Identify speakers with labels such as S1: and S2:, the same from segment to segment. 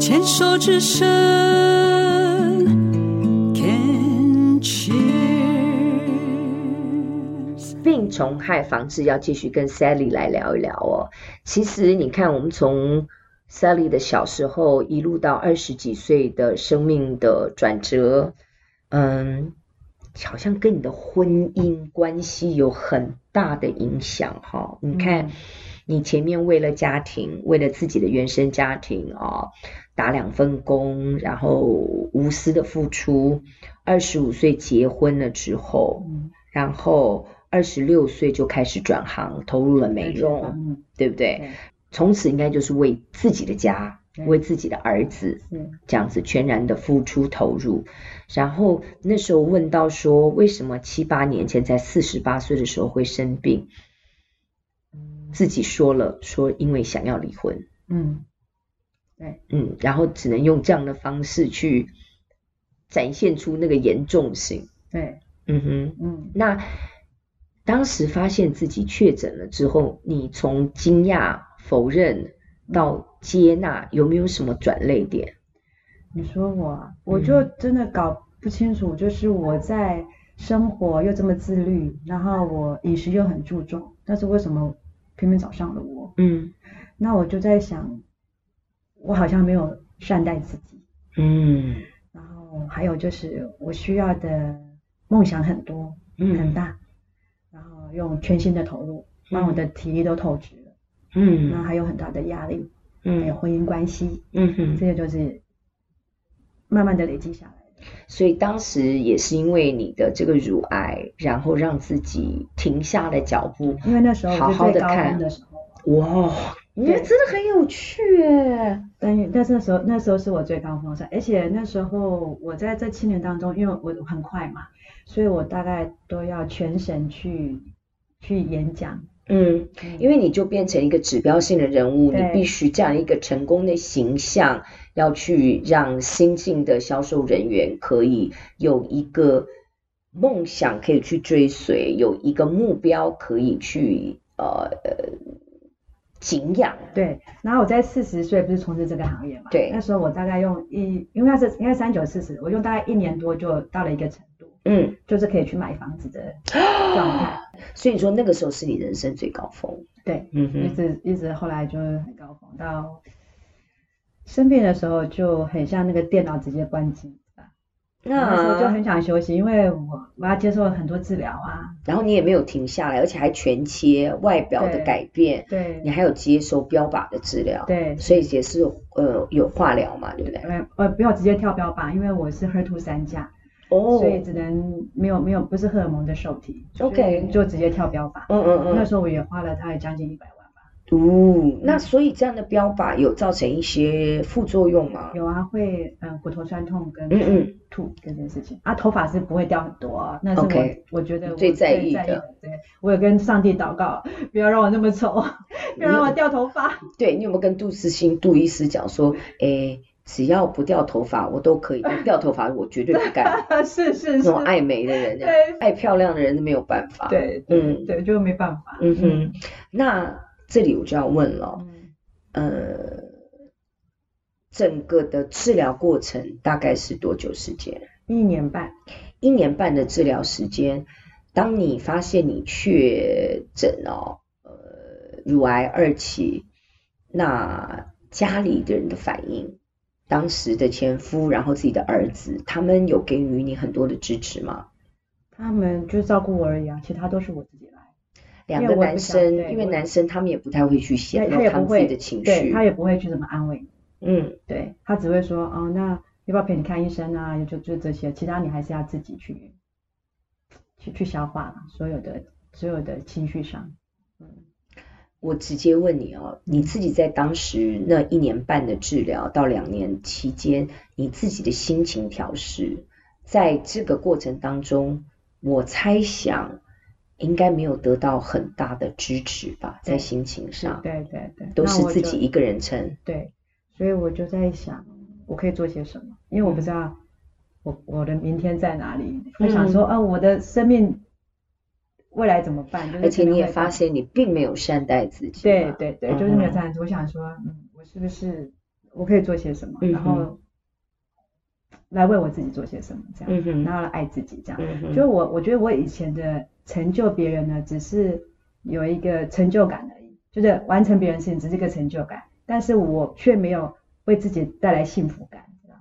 S1: 牵手之声，Can cheers。
S2: 病虫害防治要继续跟 Sally 来聊一聊哦。其实你看，我们从 Sally 的小时候一路到二十几岁的生命的转折，嗯，好像跟你的婚姻关系有很大的影响哈、你看，你前面为了家庭，为了自己的原生家庭啊、打两份工，然后无私的付出。二十五岁结婚了之后，
S3: 嗯
S2: 然后二十六岁就开始转行，投入了美容，
S3: 嗯
S2: 对不对？
S3: 对
S2: 从此应该就是为自己的家
S3: 对，
S2: 为自己的儿子
S3: 是
S2: 这样子全然的付出投入。然后那时候问到说，为什么七八年前在四十八岁的时候会生病？自己说了，说因为想要离婚，
S3: 嗯
S2: 嗯，然后只能用这样的方式去展现出那个严重性。
S3: 对
S2: 嗯哼，
S3: 嗯
S2: 那当时发现自己确诊了之后，你从惊讶、否认到接纳，有没有什么转泪点？
S3: 你说我啊，我就真的搞不清楚，就是我在生活又这么自律，然后我饮食又很注重，但是为什么偏偏找上了我？
S2: 嗯
S3: 那我就在想，我好像没有善待自己，
S2: 嗯
S3: 然后还有就是我需要的梦想很多
S2: 嗯
S3: 很大，然后用全心的投入，让我的体力都透支了，然
S2: 嗯
S3: 后还有很大的压力，还有
S2: 嗯
S3: 婚姻关系，
S2: 嗯哼
S3: 这。些就是慢慢的累积下来的。
S2: 所以当时也是因为你的这个乳癌，然后让自己停下了脚步。
S3: 因为那时候
S2: 好
S3: 我是
S2: 好地
S3: 最高
S2: 看啊
S3: 峰的时候，
S2: 哇，你觉得
S3: 对
S2: 真的很有趣耶！
S3: 但但是那时候那时候是我最高峰的时候，而且那时候我在这七年当中，因为我很快嘛，所以我大概都要全神去去演讲，
S2: 嗯，因为
S3: 为
S2: 你就变成一个指标性的人物，你
S3: 对
S2: 必须这样一个成功的形象，要去让新进的销售人员可以有一个梦想可以去追随，有一个目标可以去呃呃敬仰。
S3: 对，然后我在四十岁不是从事这个行业嘛，
S2: 对
S3: 那时候我大概用一，因为那是应该三九四十，我用大概一年多就到了一个程度，
S2: 嗯，
S3: 就是可以去买房子的 状态，
S2: 所以说那个时候是你人生最高峰。
S3: 对，
S2: 嗯
S3: 一
S2: 哼，
S3: 直一直后来就很高峰，到生病的时候就很像那个电脑直接关机。那时候就很想休息，因为我我要接受很多治疗啊，
S2: 然后你也没有停下来，而且还全切外表的
S3: 对
S2: 改变，
S3: 对
S2: 你还有接受标靶的治疗，
S3: 对，
S2: 所以也是呃有化疗嘛，对不对？
S3: 呃呃，不要直接跳标靶，因为我是 HER2 三价，
S2: 哦
S3: 所以只能没有没有不是荷尔蒙的受体
S2: OK
S3: 就就直接跳标靶。
S2: 嗯嗯
S3: 那
S2: 嗯，
S3: 时候我也花了大概将近一百万吧，
S2: 哦，那所以这样的标靶有造成一些副作用吗？
S3: 有啊，会嗯骨头酸痛跟
S2: 嗯嗯，
S3: 吐这件事情啊，头发是不会掉很多啊，那是我
S2: OK
S3: 我觉得我
S2: 最在意的
S3: 的，对我有跟上帝祷告，不要让我那么丑，不要让我掉头发。
S2: 对，你有没有跟杜思欣杜医师讲说，诶，只要不掉头发我都 可以，但掉头发我绝对不 干。
S3: 是是
S2: 那
S3: 是，
S2: 种嗯爱美的人，
S3: 对
S2: 爱漂亮的人没有办法。，
S3: 对
S2: 嗯
S3: 对，就没办法。
S2: 嗯哼，那这里我就要问了，
S3: 嗯，
S2: 呃，整个的治疗过程大概是多久时间？
S3: 一年半，
S2: 一年半的治疗时间。当你发现你确诊哦，呃，乳癌二期，那家里的人的反应，当时的前夫，然后自己的儿子，他们有给予你很多的支持吗？
S3: 他们就照顾我而已啊，其他都是我自己来。
S2: 两
S3: 因
S2: 个
S3: 为我也
S2: 男
S3: 不想
S2: 生，
S3: 对
S2: 因为
S3: 我
S2: 男生他们也不太会去显
S3: 对他
S2: 露
S3: 也
S2: 他们
S3: 不
S2: 自己
S3: 会
S2: 的情
S3: 对
S2: 绪，
S3: 他也不会去怎么安慰你，
S2: 嗯
S3: 对他只会说哦，那要不要陪你看医生啊？就就这些，其他你还是要自己去去去消化嘛所有的所有的情绪上。
S2: 我直接问你哦，你自己在当时那一年半的治疗到两年期间，你自己的心情调试，在这个过程当中，我猜想应该没有得到很大的支持吧，在
S3: 对
S2: 心情上
S3: 对对对，
S2: 都
S3: 那
S2: 是
S3: 我
S2: 自
S3: 就
S2: 己一个人撑。
S3: 对，所以我就在想，我可以做些什么？因为我不知道我我的明天在哪里，会
S2: 嗯
S3: 想说，啊，我的生命未来怎么办？就是
S2: 而且
S3: 可能
S2: 你也
S3: 会
S2: 发现你并没有善待自己
S3: 对
S2: 嘛，
S3: 对对，就是没有
S2: 嗯
S3: 这样子。我想说，嗯，我是不是我可以做些什么，
S2: 嗯哼
S3: 然后来为我自己做些什么，这样，
S2: 嗯哼
S3: 然后来爱自己，这样。
S2: 嗯哼
S3: 就我我觉得我以前的成就别人呢，只是有一个成就感而已，就是完成别人事情只是一个成就感，但是我却没有为自己带来幸福感，这样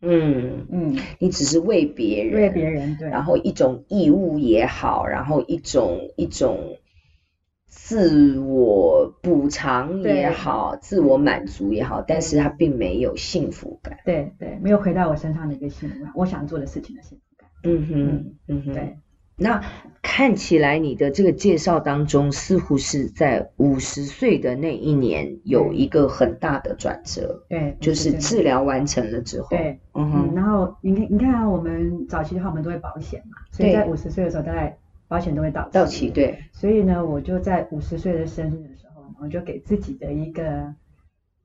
S2: 嗯，
S3: 嗯，
S2: 你只是为别人，
S3: 为别人对，
S2: 然后一种义务也好，然后一种一种自我补偿也好，自我满足也好，但是他并没有幸福感。
S3: 对对，没有回到我身上的一个幸福感，我想做的事情的幸福感，
S2: 嗯哼，嗯哼，
S3: 对。
S2: 那看起来你的这个介绍当中，似乎是在五十岁的那一年有一个很大的转折，
S3: 对，
S2: 就是
S3: 对对
S2: 治疗完成了之后，
S3: 对，
S2: 嗯
S3: 嗯，
S2: 哼，
S3: 然后你看，你看、啊、我们早期的话，我们都会保险嘛，所以
S2: 对
S3: 在五十岁的时候，大概保险都会到期。
S2: 到期。对，
S3: 所以呢，我就在五十岁的生日的时候，我就给自己的一个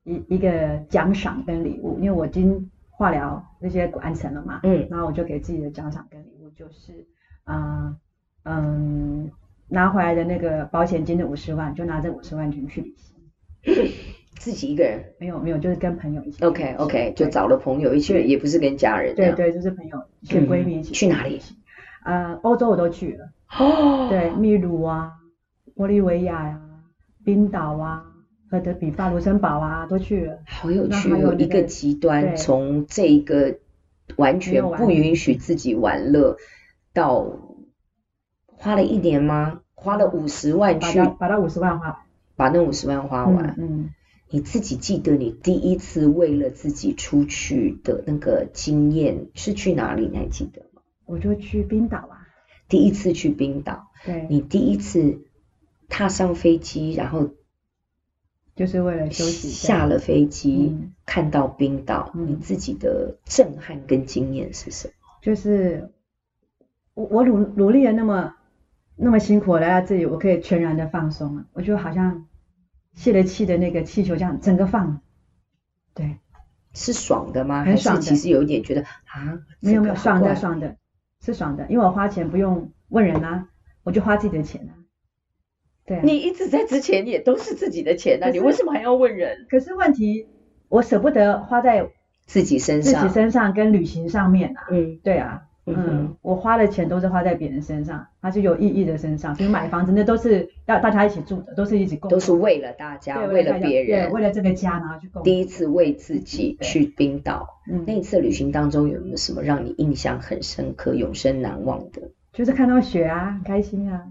S3: 一一个奖赏跟礼物，因为我已经化疗那些完成了嘛，
S2: 嗯
S3: 然后我就给自己的奖赏跟礼物就是，嗯、嗯，拿回来的那个保险金的五十万，就拿这五十万钱去旅行。
S2: 自己一个人
S3: 没有没有，就是跟朋友一起去旅行。
S2: ，OK OK，就
S3: 对
S2: 找了朋友一起，也不是跟家人这
S3: 对
S2: 样，
S3: 对，就是朋友、一些闺蜜一
S2: 嗯
S3: 起、
S2: 去哪里？
S3: 呃，欧洲我都去了，
S2: 哦，
S3: 对，秘鲁啊、玻利维亚呀、冰岛啊、和德比发、卢森堡啊都去了。
S2: 好有
S3: 那
S2: 趣
S3: 还有
S2: 哦！
S3: 那
S2: 一个
S3: 个
S2: 极端，
S3: 对
S2: 从这一个完全
S3: 没有玩
S2: 不允许自己玩乐，到花了一年吗？花了五十万
S3: 把
S2: 去
S3: 到把到五十万花
S2: 把那五十万花完。
S3: 嗯，
S2: 你自己记得你第一次为了自己出去的那个经验是去哪里？你还记得吗？
S3: 我就去冰岛啊，
S2: 第一次去冰岛，
S3: 对，
S2: 你第一次踏上飞机，然后
S3: 就是为了休息一
S2: 下了飞机
S3: 嗯
S2: 看到冰岛，
S3: 嗯
S2: 你自己的震撼跟经验是什么？
S3: 就是我我努努力了那么那么辛苦我来到这里，我可以全然的放松了，我就好像泄了气的那个气球这样整个放了，对。
S2: 是爽的吗？
S3: 很
S2: 还
S3: 爽
S2: 是
S3: 的
S2: 其实有一点觉得啊，
S3: 没有没有，
S2: 这个
S3: 爽
S2: 好怪
S3: 的爽的，是爽的，因为我花钱不用问人啊，我就花自己的钱啊。对啊。
S2: 你一直在之前也都是自己的钱啊，
S3: 可是
S2: 你为什么还要问人？
S3: 可是问题，我舍不得花在
S2: 自己身
S3: 自
S2: 上，
S3: 己身上跟旅行上面啊。
S2: 嗯
S3: 对啊，
S2: 嗯
S3: 嗯
S2: 哼，
S3: 我花的钱都是花在别人身上，它是有意义的身上，比如买房子那都是要大家一起住的，都是一起共
S2: 都是为了大家，
S3: 对
S2: 为了
S3: 大家
S2: 别
S3: 对
S2: 人。
S3: 为了这个家然后去共
S2: 第一次为自己
S3: 对
S2: 去冰岛，
S3: 嗯
S2: 那一次旅行当中有没有什么让你印象很深刻、永生难忘的？
S3: 就是看到雪啊，很开心啊。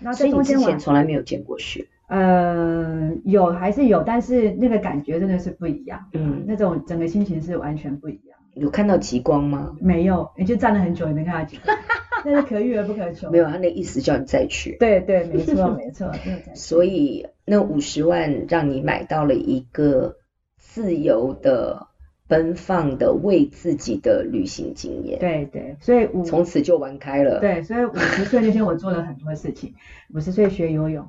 S3: 然后
S2: 所
S3: 在
S2: 以你
S3: 中
S2: 之
S3: 间
S2: 前
S3: 玩，
S2: 从来没有见过雪，
S3: 呃，有还是有，但是那个感觉真的是不一样。
S2: 嗯，
S3: 那种整个心情是完全不一样。
S2: 有看到极光吗？
S3: 没有，也就站了很久也没看到极光， 但是可遇而不可求。
S2: 没有，他那意思叫你再去。
S3: 对对，没错没错，真的 在。
S2: 所以那五十万让你买到了一个自由的、奔放的、为自己的旅行经验，
S3: 对对，所以五
S2: 从此就玩开了。
S3: 对，所以五十岁那天我做了很多事情。五十岁学游 泳，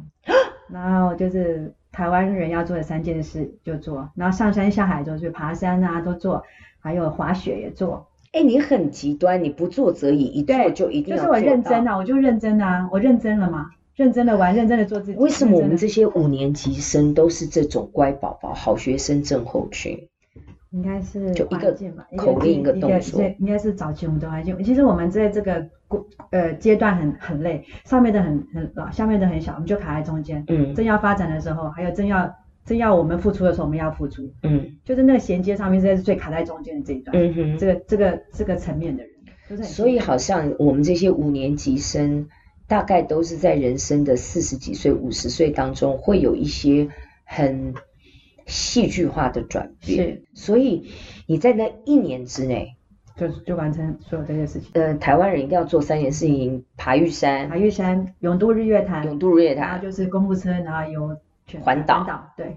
S3: 然后就是台湾人要做的三件事就做，然后上山下海都去爬山啊都做，还有滑雪也做。
S2: 哎，你很极端，你不做则已，一做
S3: 对
S2: 就一定要
S3: 就是
S2: 做
S3: 我
S2: 到。
S3: 认真啊，我就认真啊，我认真了嘛，认真的玩，认真的做自己。
S2: 为什么我们
S3: 认真地啊
S2: 这些五年级生都是这种乖宝宝、好学生症候群？
S3: 应该是
S2: 就一个
S3: 环境吧，
S2: 口令一个
S3: 一
S2: 动作
S3: 对，应该是早期我们的环境。其实我们在这个过呃阶段很很累，上面的很很老，下面的很小，我们就卡在中间。
S2: 嗯
S3: 正要发展的时候，还有正要正要我们付出的时候，我们要付出，
S2: 嗯
S3: 就是那个衔接上面现在是最卡在中间的这一段，
S2: 嗯哼
S3: 这。个这个这个层面的人，就是很
S2: 所以
S3: 辛苦
S2: 好像我们这些五年级生，大概都是在人生的四十几岁、五十岁当中，会有一些很戏剧化的转变。
S3: 是
S2: 所以你在那一年之内，
S3: 就就完成所有这些事情。
S2: 呃，台湾人一定要做三件事情：爬玉
S3: 爬
S2: 山、
S3: 玉山、永渡日月潭，
S2: 永渡日月
S3: 然后
S2: 潭。
S3: 就是公务车，然后游全
S2: 环岛
S3: 环岛对。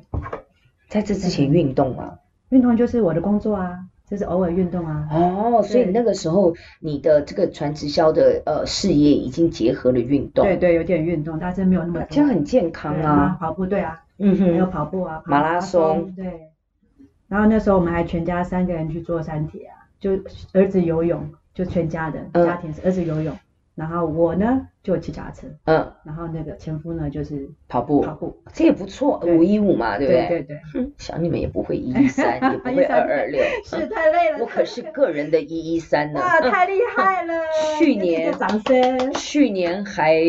S2: 在这之
S3: 嗯
S2: 前运动嘛。
S3: 运动就是我的工作啊，就是偶尔运动啊。
S2: 哦，所以那个时候你的这个传直销的呃事业已经结合了运动，
S3: 对，对，有点运动，但是没有那么多。
S2: 这样很健康
S3: 对
S2: 啊。
S3: 跑步对啊，
S2: 嗯
S3: 还有
S2: 哼，
S3: 跑步啊，跑
S2: 马拉松
S3: 对。然后那时候我们还全家三个人去做山铁啊，就儿子游泳，就全家人
S2: 嗯
S3: 家庭是儿子游泳，然后我呢就骑脚踏车，
S2: 嗯，
S3: 然后那个前夫呢就是
S2: 跑步，
S3: 跑步，
S2: 这也不错，
S3: 对
S2: 五一五嘛，对不
S3: 对
S2: 对？
S3: 对对，
S2: 哼，想你们也不 会一一三，也不会
S3: 113
S2: 二二 六，嗯
S3: 是太累了，
S2: 我可是个人的一一三 呢。
S3: 哇，
S2: 嗯
S3: 啊太厉害了！
S2: 去
S3: 给你
S2: 年
S3: 个掌声，
S2: 去年还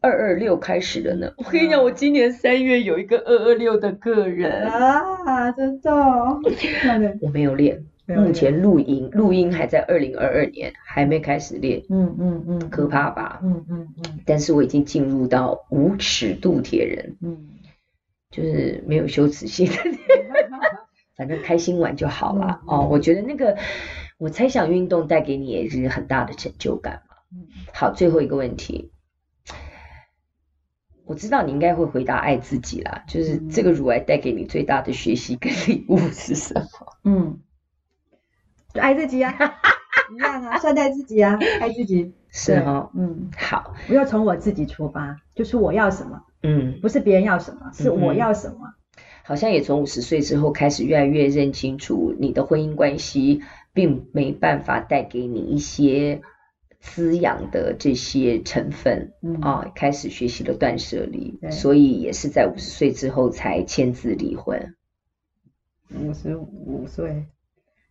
S2: 二二六开始的呢。我跟你讲，
S3: 哇
S2: 我今年三月有一个二二六的个人，
S3: 啊，真 的哦，漂亮
S2: 我没有练，目，前录音录音还在二零二二年，还没开始练，
S3: 嗯嗯嗯，
S2: 可，怕吧？
S3: 嗯嗯嗯
S2: 但是我已经进入到无尺度铁人，
S3: 嗯，
S2: 就是没有羞耻心，反正开心玩就好啦。
S3: 嗯
S2: 哦，我觉得那个，我猜想运动带给你也是很大的成就感嘛
S3: 嗯。
S2: 好，最后一个问题，我知道你应该会回答爱自己啦，就是
S3: 嗯
S2: 这个乳癌带给你最大的学习跟礼物是什 么？
S3: 嗯，就爱自己啊， 一样啊，善待自己啊，爱自己，
S2: 是哦，
S3: 对，嗯，
S2: 好，
S3: 不要从我自己出发，就是我要什么，
S2: 嗯，
S3: 不是别人要什么，是我要什么，
S2: 好像也从五十岁之后开始越来越认清楚，你的婚姻关系并没办法带给你一些滋养的这些成分。
S3: 嗯
S2: 啊、开始学习了断舍离，
S3: 对
S2: 所以也是在五十岁之后才签字离婚。
S3: 五十五岁，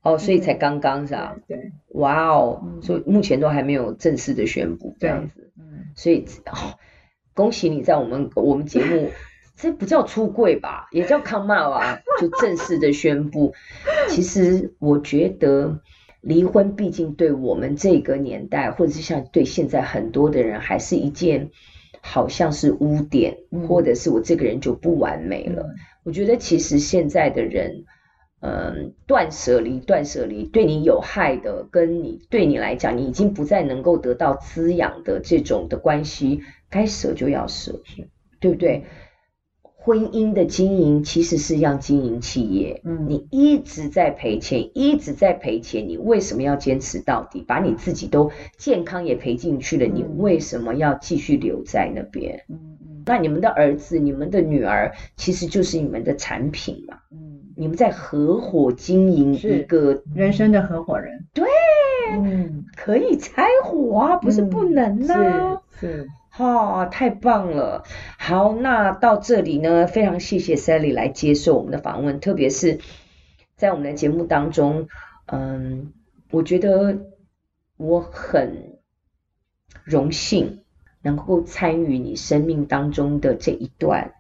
S2: 哦，所以
S3: 嗯
S2: 才刚刚是吧？
S3: 对，
S2: 哇哦，
S3: 嗯
S2: 所以目前都还没有正式的宣布这
S3: 对
S2: 样子，
S3: 嗯，
S2: 所以、哦、恭喜你在我们我们节目，这不叫出柜吧，也叫 come out 啊，就正式的宣布。其实我觉得。离婚毕竟对我们这个年代，或者是像对现在很多的人，还是一件好像是污点，
S3: 嗯
S2: 或者是我这个人就不完美了。我觉得其实现在的人，嗯，断舍离，断舍离对你有害的，跟你对你来讲，你已经不再能够得到滋养的这种的关系，该舍就要舍，对不对？婚姻的经营其实是要经营企业，
S3: 嗯
S2: 你一直在赔钱，一直在赔钱，你为什么要坚持到底？把你自己都健康也赔进去了，你
S3: 嗯
S2: 为什么要继续留在那边？
S3: 嗯嗯
S2: 那你们的儿子、你们的女儿，其实就是你们的产品嘛。
S3: 嗯，
S2: 你们在合伙经营一
S3: 是
S2: 个，
S3: 人生的合伙人，
S2: 对，
S3: 嗯，
S2: 可以拆伙啊，不是不能呐、啊。
S3: 是是，
S2: 哈、太棒了！好，那到这里呢，非常谢谢 Sally 来接受我们的访问，特别是在我们的节目当中，嗯，我觉得我很荣幸能够参与你生命当中的这一段，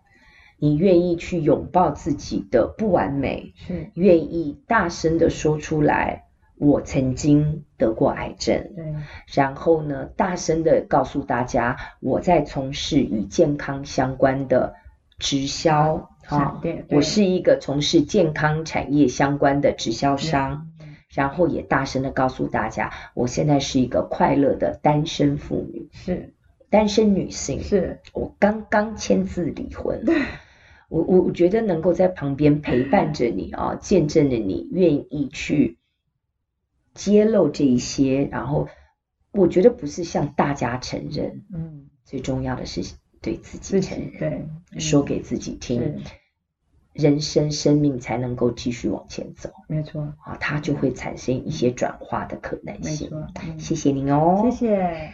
S2: 你愿意去拥抱自己的不完美，
S3: 是，
S2: 愿意大声的说出来，我曾经得过癌症，
S3: 对，
S2: 然后呢，大声的告诉大家，我在从事与健康相关的直销啊
S3: 闪，电对
S2: 我是一个从事健康产业相关的直销商。
S3: 嗯
S2: 然后也大声的告诉大家，我现在是一个快乐的单身妇女、
S3: 是
S2: 单身女性。
S3: 是，
S2: 我刚刚签字离婚，我我我觉得能够在旁边陪伴着你啊，见证着你愿意去揭露这一些，然后我觉得不是向大家承认，
S3: 嗯，
S2: 最重要的是对自己
S3: 自
S2: 承
S3: 己嗯
S2: 认，
S3: 对，嗯
S2: 说给自己听，
S3: 是
S2: 人生生命才能够继续往前走
S3: 没错，
S2: 啊，它就会产生一些转化的可能
S3: 没
S2: 性
S3: 错。，嗯
S2: 谢谢您哦，
S3: 谢谢。